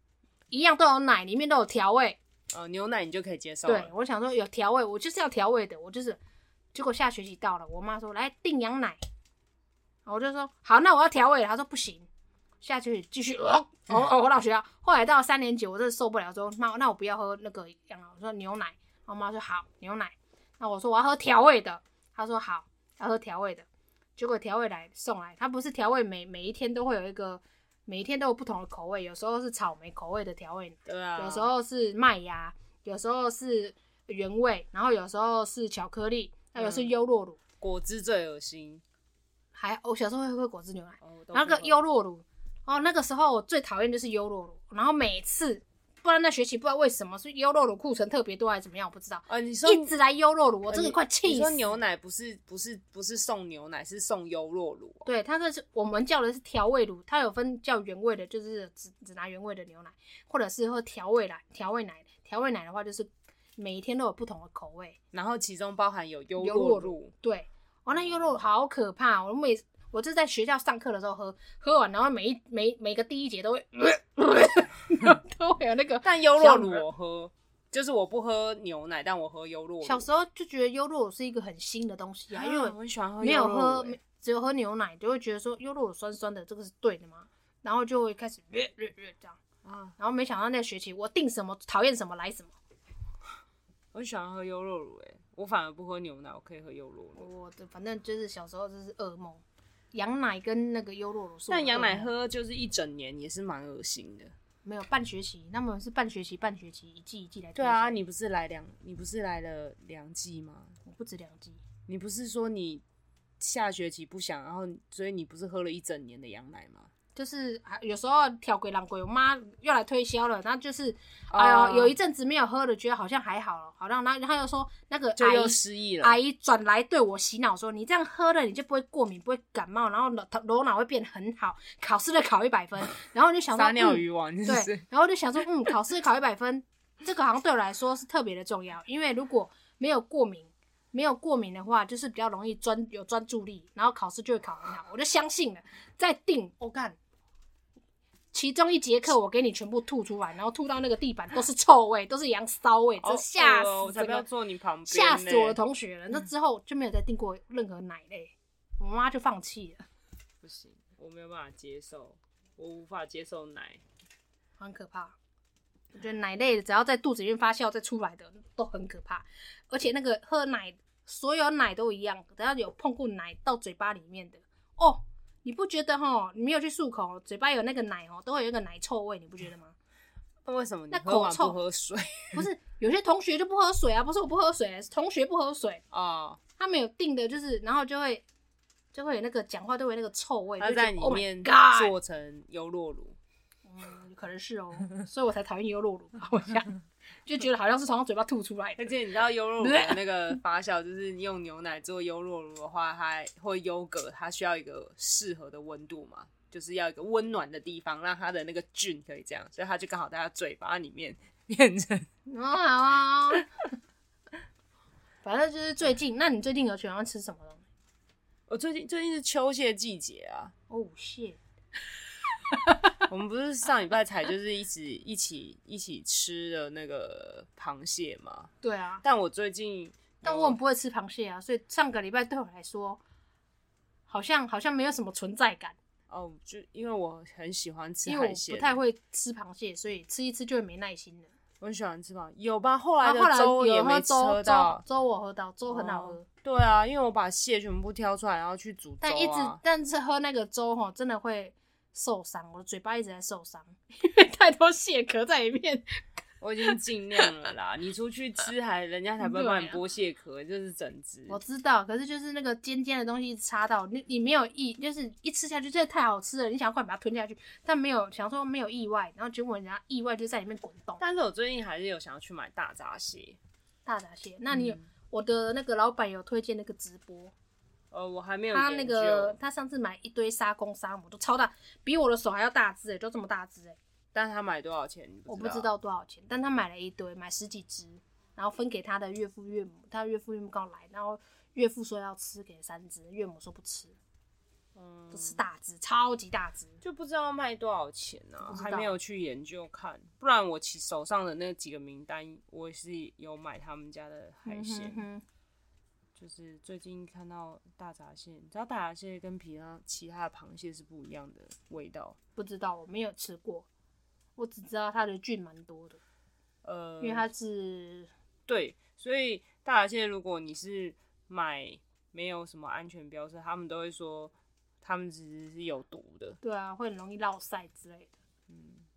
S1: 一样都有奶，里面都有调味。
S2: 哦，牛奶你就可以接受
S1: 对
S2: 了，，
S1: 我想说有调味，我就是要调味的，我就是。结果下学期到了，我妈说来订羊奶，然后我就说好，那我要调味了。她说不行，下学期继续哦哦哦，我老学校。后来到三年级，我真的受不了，说妈，那我不要喝那个羊奶，我说牛奶。然后我妈说好，牛奶。那我说我要喝调味的，她说好，要喝调味的。结果调味来送来，它不是调味每每一天都会有一个，每一天都有不同的口味，有时候是草莓口味的调味奶。
S2: 对啊，
S1: 有时候是麦芽，有时候是原味，然后有时候是巧克力，那有时候是优酪乳，
S2: 果汁最恶心，
S1: 嗯还我小时候会喝果汁牛奶，
S2: 哦，都
S1: 然后那
S2: 不
S1: 个
S2: 喝
S1: 优酪乳，哦，那个时候我最讨厌就是优酪乳，然后每次不然那学期不知道为什么是优酪乳库存特别多还是怎么样，我不知道，
S2: 啊，你说
S1: 一直来优酪乳，我真的快
S2: 你
S1: 气
S2: 说
S1: 死。
S2: 牛奶不是不是不是送牛奶，是送优酪乳哦、
S1: 对，它这是我们叫的是调味乳，它有分叫原味的，就是只只拿原味的牛奶，或者是喝调味奶，调味奶，调味奶的话就是每一天都有不同的口味，
S2: 然后其中包含有优
S1: 优
S2: 酪
S1: 酪
S2: 乳，
S1: 对，哦，那优酪乳好可怕哦、我每我就在学校上课的时候喝，喝完然后每一每每个第一节都会， 都会有那个。
S2: 但优酪乳我喝，就是我不喝牛奶，但我喝优酪乳。
S1: 小时候就觉得优酪乳是一个很新的东西啊，
S2: 啊
S1: 因为
S2: 我
S1: 我
S2: 很喜欢喝
S1: 没
S2: 优
S1: 有
S2: 酪乳
S1: 喝
S2: 欸，
S1: 只有喝牛奶，就会觉得说优酪乳酸酸的，这个是对的吗？然后就会开 始这样，
S2: 啊，
S1: 然后没想到那学期我定什么讨厌什么来什么，
S2: 我很喜欢喝优酪乳哎、我反而不喝牛奶，我可以喝优酪乳。
S1: 我的反正就是小时候就是噩梦，羊奶跟那个优酪乳是我的
S2: 但羊
S1: 噩
S2: 奶
S1: 梦
S2: 喝就是一整年也是蛮恶心的。
S1: 没有半学期，他们是半学期半学期一季一季来推
S2: 对啊，
S1: 销
S2: 你不是来两，你不是来了两季吗？
S1: 我不止两季，
S2: 你不是说你下学期不想，然后所以你不是喝了一整年的羊奶吗？
S1: 就是还有时候挑鬼狼鬼，我妈又来推销了，然后就是，
S2: 哦
S1: 哎呦，有一阵子没有喝了，觉得好像还好了，好像然后她又说那个
S2: 就
S1: 阿姨
S2: 又失忆了。
S1: 阿姨转来对我洗脑说，你这样喝了你就不会过敏，不会感冒，然后头头头脑会变很好，考试会考一百分，然后我就想说，
S2: 撒尿
S1: 嗯
S2: 鱼丸，就
S1: 对
S2: 是，
S1: 然后就想说，嗯，考试考一百分，这个好像对我来说是特别的重要，因为如果没有过敏，没有过敏的话，就是比较容易专有专注力，然后考试就会考很好，我就相信了。再定，我、看哦其中一节课我给你全部吐出来，然后吐到那个地板都是臭味，都是羊骚味，
S2: 好
S1: 这吓
S2: 恶哦我
S1: 死
S2: 才
S1: 整
S2: 不要
S1: 个
S2: 坐你旁边，嗯
S1: 吓死我的！同学了。那之后就没有再订过任何奶类，我妈就放弃了，
S2: 不行，我没有办法接受，我无法接受奶。
S1: 很可怕。我觉得奶类只要在肚子里面发酵再出来的都很可怕，而且那个喝奶，所有奶都一样，只要有碰过奶到嘴巴里面的哦，你不觉得哈？你没有去漱口，嘴巴有那个奶哦，都会有一个奶臭味，你不觉得吗？
S2: 那为什么你
S1: 那
S2: 喝完
S1: 口臭
S2: 不喝水
S1: 不是，有些同学就不喝水啊，不是我不喝水，是同学不喝水，
S2: 哦，
S1: 他们有定的，就是然后就会就会有那个讲话都会有那个臭味，
S2: 它
S1: 就觉
S2: 在
S1: 得
S2: 里
S1: “Oh my
S2: 面
S1: God
S2: 做成优酪乳，
S1: 嗯，可能是哦，所以我才讨厌优酪乳吧，我想 就觉得好像是从他嘴巴吐出来的，
S2: 而且你知 道优酪乳的那个发酵，就是用牛奶做优酪乳的话，它或优格，它需要一个适合的温度嘛，就是要一个温暖的地方，让它的那个菌可以这样，所以它就刚好在它嘴巴里面 变成
S1: 哦好啊、 反正就是最近，那你最近有喜欢吃什么东西？
S2: 我最近最近是秋蟹季节啊，
S1: 哦，蟹，
S2: 我们不是上礼拜才就是一直一起一起吃的那个螃蟹嘛？
S1: 对啊，
S2: 但我最近，
S1: 但我很不会吃螃蟹啊，所以上个礼拜对我来说，好像好像没有什么存在感，
S2: 哦，就因为我很喜欢吃
S1: 因为
S2: 海
S1: 我
S2: 鲜，
S1: 不太会吃螃蟹，所以吃一吃就会没耐心了。
S2: 我很喜欢吃螃蟹，有吧？后来
S1: 然
S2: 的
S1: 啊后后来
S2: 粥也
S1: 有喝
S2: 没吃
S1: 粥，
S2: 到
S1: 粥，粥我喝到，粥很好喝，
S2: 哦对啊，因为我把蟹全部挑出来，然后去煮粥、啊。
S1: 但一直但是喝那个粥哈，真的会受伤，我的嘴巴一直在受伤， 因为太多蟹壳在里面。
S2: 我已经尽量了啦。你 出去吃还人家才不会帮你剥蟹壳，就是整只。
S1: 啊我知道，可是就是那个尖尖的东西一直插到你，你没有意，就是一吃下去真的太好吃了，你想要快把它吞下去，但没有想说没有意外，然后结果人家意外就在里面滚动。
S2: 但是我最近还是有想要去买大闸蟹。
S1: 大闸蟹，那你有、
S2: 嗯
S1: 我的那个老板有推荐那个直播，
S2: 呃，我还没有
S1: 他
S2: 研
S1: 那
S2: 究
S1: 个，他上次买一堆沙公沙母都超大，比我的手还要大只哎、就这么大只哎、
S2: 但是他买多少钱？你
S1: 我不知。道多少钱，但他买了一堆，买十几只，然后分给他的岳父岳母。他岳父岳母刚好来，然后岳父说要吃，给三只，岳母说不吃，
S2: 嗯
S1: 都吃大只，超级大只。
S2: 就不知道卖多少钱啊，
S1: 不知道
S2: 还没有去研究看。不然我其实手上的那几个名单，我也是有买他们家的海鲜。
S1: 嗯哼
S2: 就是最近看到大闸蟹，你知道大闸蟹跟其他其他的螃蟹是不一样的味道。
S1: 不知道，我没有吃过，我只知道它的菌蛮多的，
S2: 呃，
S1: 因为它是
S2: 对，所以大闸蟹如果你是买没有什么安全标识，他们都会说他们其实是有毒的。嗯
S1: 对啊，会很容易落晒之类的，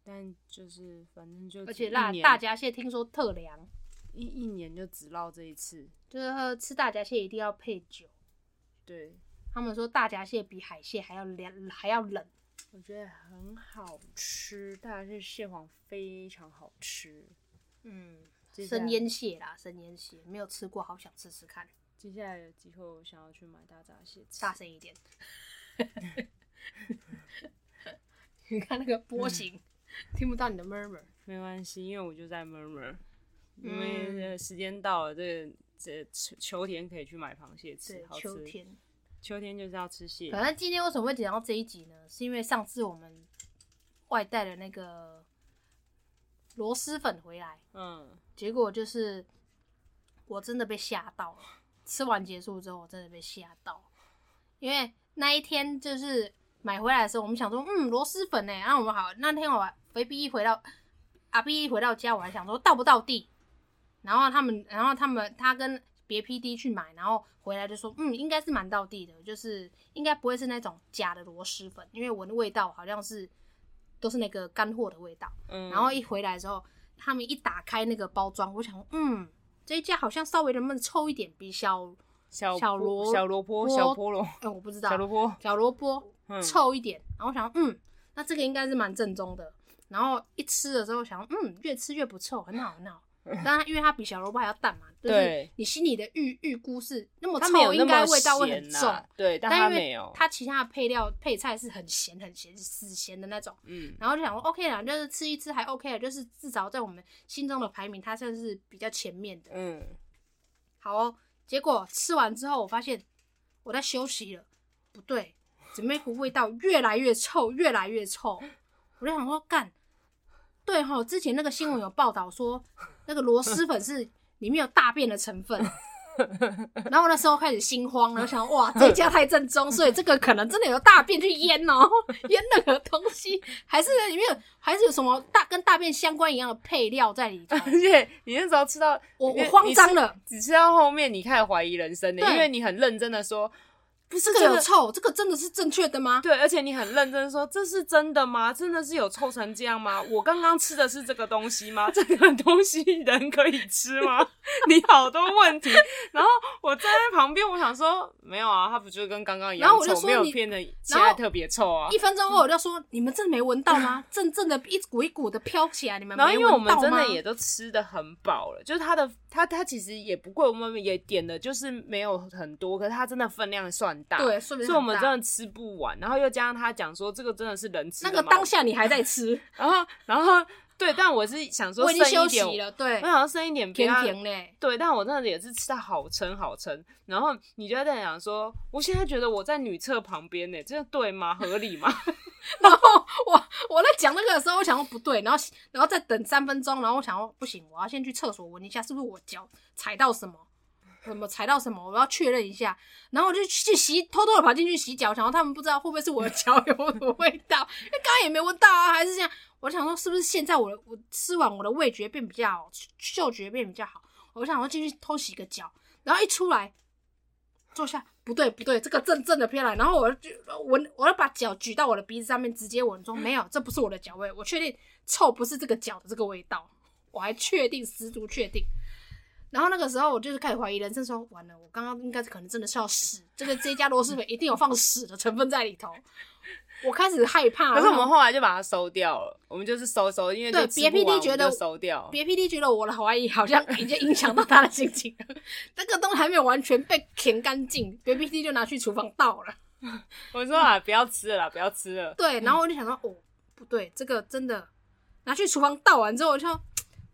S2: 但就是反正就
S1: 而
S2: 只
S1: 且
S2: 一
S1: 辣
S2: 年
S1: 大闸蟹听说特凉，
S2: 一一年就只捞这一次，
S1: 就是喝吃大闸蟹一定要配酒。
S2: 对，
S1: 他们说大闸蟹比海蟹还要凉，还要冷。
S2: 我觉得很好吃，大闸蟹蟹黄非常好吃。
S1: 嗯，
S2: 接下
S1: 生
S2: 来
S1: 腌蟹啦，生腌蟹没有吃过，好想吃吃看，
S2: 接下来有机会我想要去买大闸蟹吃
S1: 大声一点。 你看那个波形，嗯 听不到你的 murmur。
S2: 没关系，因为我就在 murmur，、因
S1: 嗯
S2: 为呃时间到了，这个这秋秋天可以去买螃蟹吃
S1: 对，，
S2: 好吃。
S1: 秋天。
S2: 秋天就是要吃蟹，
S1: 反正今天为什么会讲到这一集呢？是因为上次我们外带的那个螺蛳粉回来，
S2: 嗯，
S1: 结果就是我真的被吓到了。吃完结束之后，我真的被吓到，因为那一天就是买回来的时候，我们想说，嗯，螺蛳粉呢、然、后我们好，那天我肥 B 一回到阿 B 一回到家，我还想说到不到地，然后他们，然后他们他跟别 PD 去买，然后回来就说，嗯，应该是蛮到地的，就是应该不会是那种假的螺蛳粉，因为闻的味道好像是都是那个干货的味道。
S2: 嗯
S1: 然后一回来之后，他们一打开那个包装，我想，嗯，这一家好像稍微能不能抽一点，比小，
S2: 小
S1: 小
S2: 菠
S1: 萝
S2: 小萝卜啊
S1: 卜
S2: 小菠萝
S1: 哎、我不知道
S2: 小，萝卜，
S1: 小萝卜
S2: 嗯，
S1: 臭一点。然后我想，嗯，那这个应该是蛮正宗的。然后一吃的时候想，嗯，越吃越不臭，很好很 好。但它因为它比小萝卜还要淡嘛，就是
S2: 对
S1: 你心里的预预估是那么
S2: 它没有
S1: 臭，
S2: 那
S1: 应该
S2: 么
S1: 味道会很
S2: 咸
S1: 重。
S2: 呐，对，但它
S1: 但因
S2: 没
S1: 为
S2: 有，
S1: 它其他的配料配菜是很咸很咸死咸的那种，
S2: 嗯，
S1: 然后就想说 OK 啦，就是吃一吃还 OK 啦，就是至少在我们心中的排名，它算是比较前面的。
S2: 嗯，
S1: 好、哦，结果吃完之后，我发现我在休息了，不对，怎么一股味道越来越臭，越来越臭？我就想说，干，对哈，之前那个新闻有报道说，那个螺蛳粉是里面有大便的成 分。然后我那时候开始心慌了，我想哇，这家太正 宗，所以这个可能真的有大便去腌哦， 腌那个东西，还是里面有还是有什么大跟大便相关一样的配料在里头。
S2: 而且你那时候吃到
S1: 我
S2: 你
S1: 我慌张了，
S2: 你吃，只吃到后面你开始怀疑人生的，
S1: 对
S2: 因为你很认真的说，不是
S1: 这个有臭，这个真的是正确的吗？
S2: 对，而且你很认真地说这是真的吗？真的是有臭成这样吗？我刚刚吃的是这个东西吗？这个东西人可以吃吗？ 你好多问题。然后我站在旁边，我想说没有啊，它不就跟刚刚一样
S1: 然后我就
S2: 臭，
S1: 说
S2: 没有
S1: 你
S2: 变得现
S1: 然
S2: 在
S1: 后
S2: 特别臭啊
S1: 一。分钟后我就说，你们真的没闻到 吗？阵阵的一股一股的飘起来，你们
S2: 然后
S1: 没
S2: 因
S1: 闻
S2: 为
S1: 到吗？
S2: 我们真的也都吃的很饱了，就是它的它它其实也不贵，我们也点的就是没有很多，可是它真的分量算大。。
S1: 对，所
S2: 所以我们真的吃不完，然后又加上他讲说这个真的是人吃
S1: 那
S2: 的
S1: 个
S2: 吗
S1: 当下你还在吃，
S2: 然后，然后对，但 我是想说
S1: 我已经
S2: 剩
S1: 休
S2: 一点，
S1: 息了，对
S2: 我，想要剩一点，不
S1: 甜
S2: 要
S1: 甜嘞，
S2: 对，但我真的也是吃到好撑好撑，然后你就在想说，我现在觉得我在女厕旁边呢，这样对吗？合 理吗？
S1: 然后我我在讲那个的时候，我想说不对，然后然后再等三分钟，然后我想说不行，我要先去厕所闻一下是不是我脚踩到什么，什么踩到什么，我要确认一下。然后我就去洗，偷偷的跑进去洗脚，想说他们不知道会不会是我的脚有什么味道， 因为刚刚也没闻到啊，还是这样。我想说是不是现在我的我吃完我的味觉变比较好，嗅觉变比较好，我想说进去偷洗个脚，然后一出来坐下，不对不对，这个正正的偏来，然后我就闻，我要把脚举到我的鼻子上面，直接闻，说没有，这不是我的脚味，我确定臭不是这个脚的这个味道，我还确定十足确定。然后那个时候我就是开始怀疑人生说，完了，我刚刚应该可能真的是要屎，这个这一家螺蛳粉一定有放屎的成分在里头，我开始害怕。
S2: 可是我
S1: 想
S2: 们后来就把它收掉了，我们就是收收，因为
S1: 对
S2: 就吃不
S1: 别 PD
S2: 完我们
S1: 觉得
S2: 就收掉。
S1: 别 PD 觉得我的怀疑好像已经影响到他的心情 了，那个东西还没有完全被舔干净，别 PD 就拿去厨房倒了。
S2: 我说啊，不要吃了啦，不要吃 了。
S1: 对，然后我就想到，哦，不对，这个真的拿去厨房倒完之后，我就想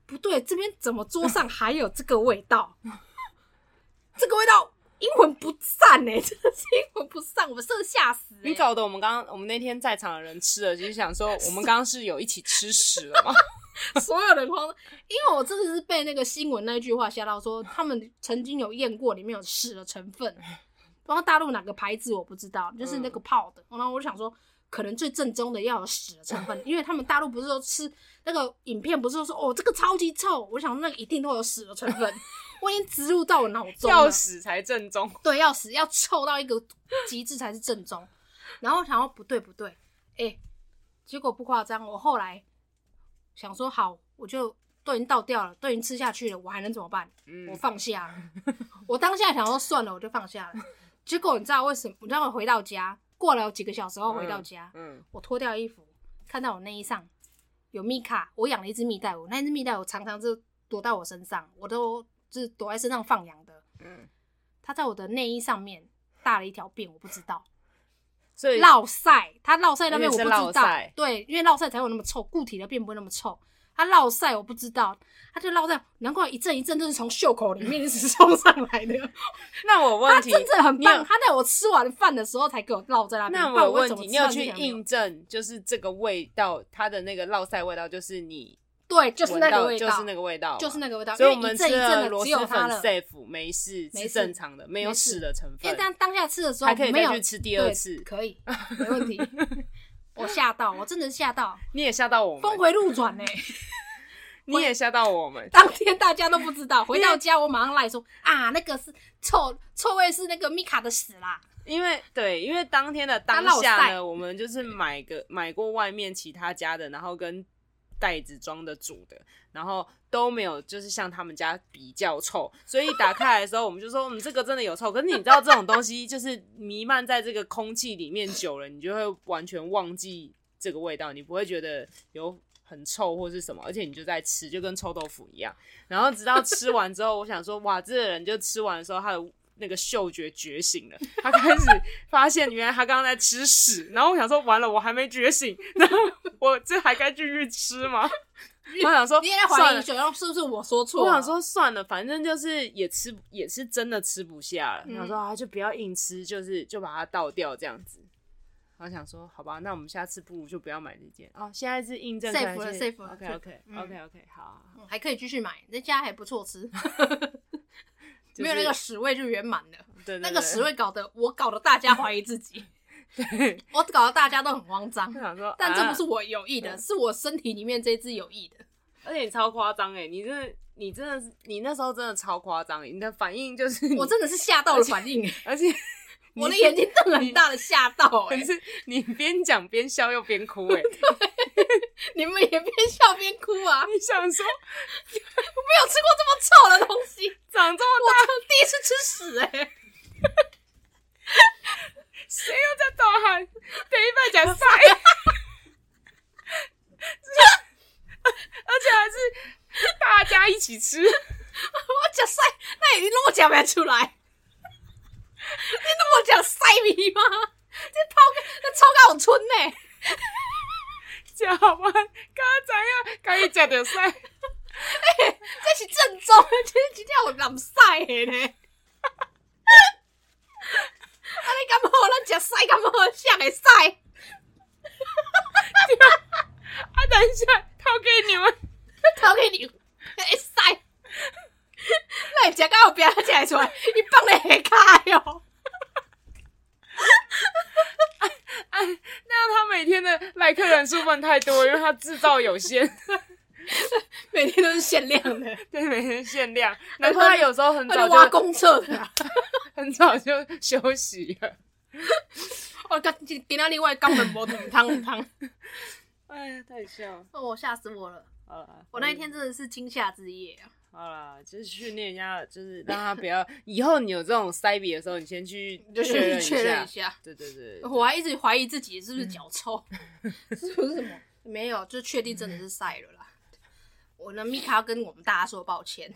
S1: 不对，这边怎么桌上还有这个味 道？这个味道阴魂不散呢、真的是阴魂不散，我们真的吓死、欸！
S2: 你搞得我们刚刚我们那天在场的人吃了，就是想说我们刚刚是有一起吃屎了吗？
S1: 所有人 慌，因为我真的是被那个新闻那句话吓到说他们曾经有验过里面有屎的成分，然后大陆哪个牌子我不知道，就是那个泡的。然后我就想说，可能最正宗的要有屎的成分，因为他们大陆不是说吃那个影片，不是说哦这个超级臭，我想那个一定都有屎的成分，我已经植入到我脑中了
S2: 要。屎才正宗。
S1: 对，要死，要臭到一个极致才是正宗。然后想要不对不对，哎、结果不夸张，我后来想说好，我就都已经倒掉了，都已经吃下去了，我还能怎么办？
S2: 嗯
S1: 我放下了，我当下想说算了，我就放下了。结果你知道为什么？你知道我回到家，过了几个小时后回到家，
S2: 嗯，
S1: 我脱掉衣服，看到我内衣上有蜜卡，我养了一只蜜袋鼯，那只蜜袋鼯常常就躲到我身上，我都就是躲在身上放养的。
S2: 嗯，
S1: 它在我的内衣上面大了一条便，我不知道。
S2: 所以
S1: 落晒，它落晒那边我不
S2: 因为是落
S1: 知道
S2: 晒，
S1: 对，因为落晒才会有那么臭，固体的便不会那么臭。它落晒我不知道，它就落在，难怪一阵一阵就是从袖口里面一直 冲上来的。
S2: 那我问
S1: 它
S2: 题，
S1: 啊真的很
S2: 你有
S1: 棒，它在我吃完饭的时候才给我落在那边。
S2: 那
S1: 不然
S2: 有
S1: 我
S2: 问
S1: 怎么
S2: 题，
S1: 吃
S2: 你有
S1: 饭之
S2: 去
S1: 前没有
S2: 印证，就是这个味道，它的那个烙塞味道，就是你
S1: 对，就是
S2: 闻
S1: 那
S2: 到
S1: 个味道，
S2: 就是那个味道嘛，
S1: 就是那个味道，
S2: 所以我
S1: 因为
S2: 们
S1: 一阵
S2: 吃
S1: 一阵
S2: 了
S1: 的
S2: 螺
S1: 只有
S2: 蛳粉
S1: 它了。
S2: safe 没事，
S1: 没
S2: 是
S1: 事
S2: 正常的，没有
S1: 没事
S2: 屎的成
S1: 因为
S2: 分。
S1: 当当下吃的时候
S2: 还可以
S1: 没
S2: 再
S1: 有
S2: 去吃第二
S1: 对
S2: 次
S1: 可以，没问 题。我吓到，我真的吓到，
S2: 你也吓到我
S1: 峰
S2: 们，
S1: 回路转呢、欸
S2: 你也吓到我们。
S1: 当天大家都不知道，回到家我马上赖说啊，那个是臭臭味是那个米卡的屎啦。
S2: 因为对，因为当天的
S1: 它
S2: 当
S1: 烙
S2: 下
S1: 塞
S2: 呢，我们就是买个买过外面其他家的，然后跟袋子装的煮的，然后都没有就是像他们家比较臭，所以打开来的时候，我们就说，嗯，这个真的有臭。可是你知道这种东西就是弥漫在这个空气里面久了，你就会完全忘记这个味道，你不会觉得有。很臭或是什么，而且你就在吃，就跟臭豆腐一样。然后直到吃完之后，我想说，哇，这个人就吃完的时候，他的那个嗅觉觉醒了，他开始发现原来他刚刚在吃屎。然后我想说，完了，我还没觉醒，然后我这还该继续吃吗？我想说，
S1: 你也在
S2: 算
S1: 怀疑啊
S2: 了
S1: 九幺是不是我说错？
S2: 我想，说哦算了，反正就是也吃不，也是真的吃不下了。
S1: 嗯
S2: 想说啊，就不要硬吃，就是就把它倒掉这样子。然后想说，好吧，那我们下次不如就不要买这件哦。现在是印证
S1: Safe 了，safe 了
S2: OK OK
S1: 嗯
S2: OK OK，好啊好，好
S1: 嗯还可以继续买，那家还不错吃，
S2: 就是
S1: 没有那个屎味就圆满了。
S2: 对对
S1: 那个屎
S2: 十
S1: 味搞得我搞得大家怀疑自 己，
S2: 对，
S1: 我搞得大家都很慌张
S2: 就。想说，
S1: 但这不是
S2: 啊，
S1: 我有意的，是我身体里面这一只有意的。
S2: 而且你超夸张哎，你真的，你真的是，你那时候真的超夸张欸，你的反应就是你
S1: 我，真的是吓到了反应，欸
S2: 而且 你
S1: 我的眼睛瞪得很大的吓到，哎
S2: 可，是你边讲边笑又边哭 哎，
S1: 你们也边笑边哭啊！
S2: 你想说
S1: 我没有吃过这么臭的东西，我
S2: 长这么大
S1: 第一次吃屎，哎，
S2: 谁又在大喊？第一半讲 晒，而且还是大家一起吃。
S1: 我讲塞，那你弄我讲不出来， 你弄我讲塞米吗？这泡那臭到我村呢，
S2: 吃完，刚知影，家己食着屎，
S1: 这是正宗，这今天我làm 塞的呢。 啊，你感觉咱食屎，感觉像会屎？
S2: 啊，等一下，头给你们，
S1: 头给你会使，那会食到后壁才会出来，伊放咧下骹哟。
S2: 那他每天的来客人数不能太多，因为他制造有限，
S1: 每天都是限量的，
S2: 对，每天限量。难怪他有时候很
S1: 他就
S2: 早
S1: 挖
S2: 就
S1: 公厕的、啊。
S2: 很早就休息了。
S1: 我今哦今今仔日我的肛门无汤汤汤，
S2: 哎呀，太笑了。
S1: 哦，吓死我了！
S2: 好了，
S1: 我那一天真的是惊吓之夜啊！
S2: 好了，就是训练一下，就是让他不要以后你有这种塞比的时候，你先去
S1: 你就
S2: 确
S1: 先
S2: 认一
S1: 去确认一
S2: 下。哦
S1: 下，
S2: 对对对，对
S1: 我还一直怀疑自己是不是脚臭， 是不是什么？没有，就确定真的是晒了啦。我呢，米卡要跟我们大家说抱歉。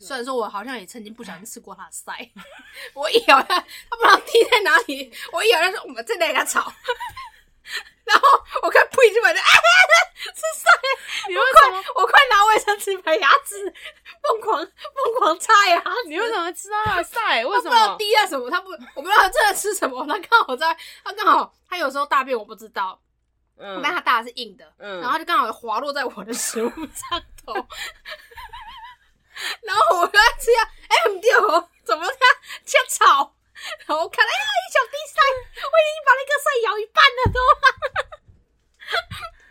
S1: 虽然说我好像也曾经不小心吃过他的塞，我一咬他，他不知道滴在哪里，我一咬他说我们正在给他炒，然后我看呸就把这啊是塞，
S2: 你
S1: 我
S2: 为什么
S1: 快我快拿卫生纸把牙齿疯狂疯狂擦牙齿，
S2: 你为什么吃到他的 塞？为
S1: 他
S2: 什
S1: 不知道
S2: 么？
S1: 滴在什么，他不，我不知道他正在吃什么。他 刚好在，他刚好，他有时候大便我不知道，我
S2: 嗯
S1: 看他大的是硬的，
S2: 嗯
S1: 然后就刚好滑落在我的食物上头， 然后我就在吃呀，哎、不对哦，怎么这样这样吵？然后我看，哎呀，一小滴塞，我已经把那个塞咬一半了都。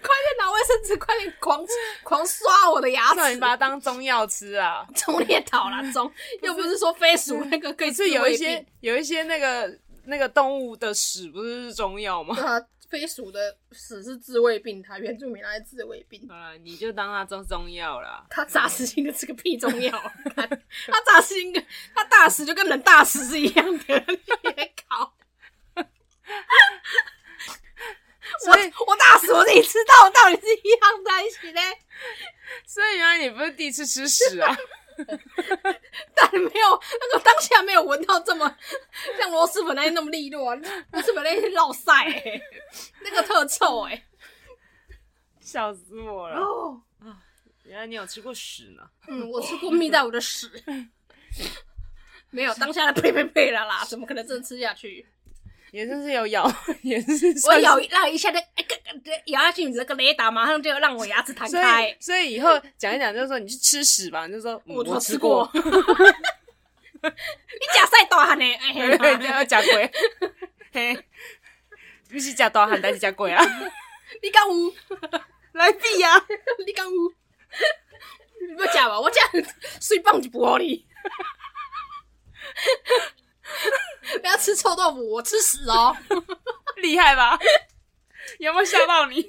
S1: 快点拿卫生纸，快点狂狂刷我的牙
S2: 那你
S1: 齿！
S2: 把它当中药吃啊？
S1: 中裂倒啦，中又不是说飞鼠那个可以
S2: 嗯是有
S1: 胃
S2: 一
S1: 病
S2: 些有一些那个那个动物的屎不是中药吗？
S1: 啊，飞鼠的屎是治胃病，它原住民那是治胃病。
S2: 啊，你就当它中中药啦。
S1: 他诈死性的吃个屁中药， 看他诈死性的，他大死就跟人大死是一样的，你别 搞。
S2: 所以
S1: 我我大死我自己吃到，到底是一样的还是嘞？
S2: 所以原来你不是第一次吃屎啊？
S1: 但没有那个当下没有闻到这么像螺蛳粉那些那么利落，啊螺蛳粉那些落塞、欸，那个特臭哎、
S2: 笑死我
S1: 欸。
S2: 了！
S1: 哦，
S2: 原来你有吃过屎呢。
S1: 嗯，我 吃过蜜在我的屎，没有当下的呸呸呸了啦，怎么可能真的吃下去？
S2: 也真是有咬，也是
S1: 我
S2: 算是
S1: 咬一那一下的，哎、个个咬下去，你那个雷达马上就要让我牙齿弹
S2: 所
S1: 开
S2: 以。所以以后讲一讲，就是说你去吃屎吧，你就说嗯
S1: 都
S2: 吃
S1: 过，
S2: 过，
S1: 你假赛大汉呢？哎
S2: 对 对
S1: 呀，
S2: 对，假鬼，嘿，你是假大汉，但是假鬼啊，
S1: 你敢有？
S2: 来比呀、啊，
S1: 你敢有？你要假吧？我假水棒一玻 璃。不要吃臭豆腐，我吃屎哦！
S2: 厉害吧？有没有吓到你？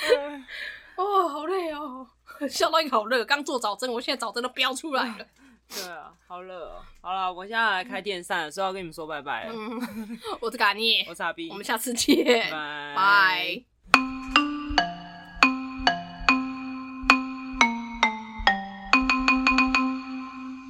S1: 哦，好累哦， 笑到一个好热。刚做早针，我现在早针都飙出来了。
S2: 对啊，好热哦。好了，我现在来开电扇了，所以要跟你们说拜拜了。
S1: 嗯，我是嘎尼，
S2: 我傻逼，
S1: 我们下次见，
S2: 拜
S1: 拜。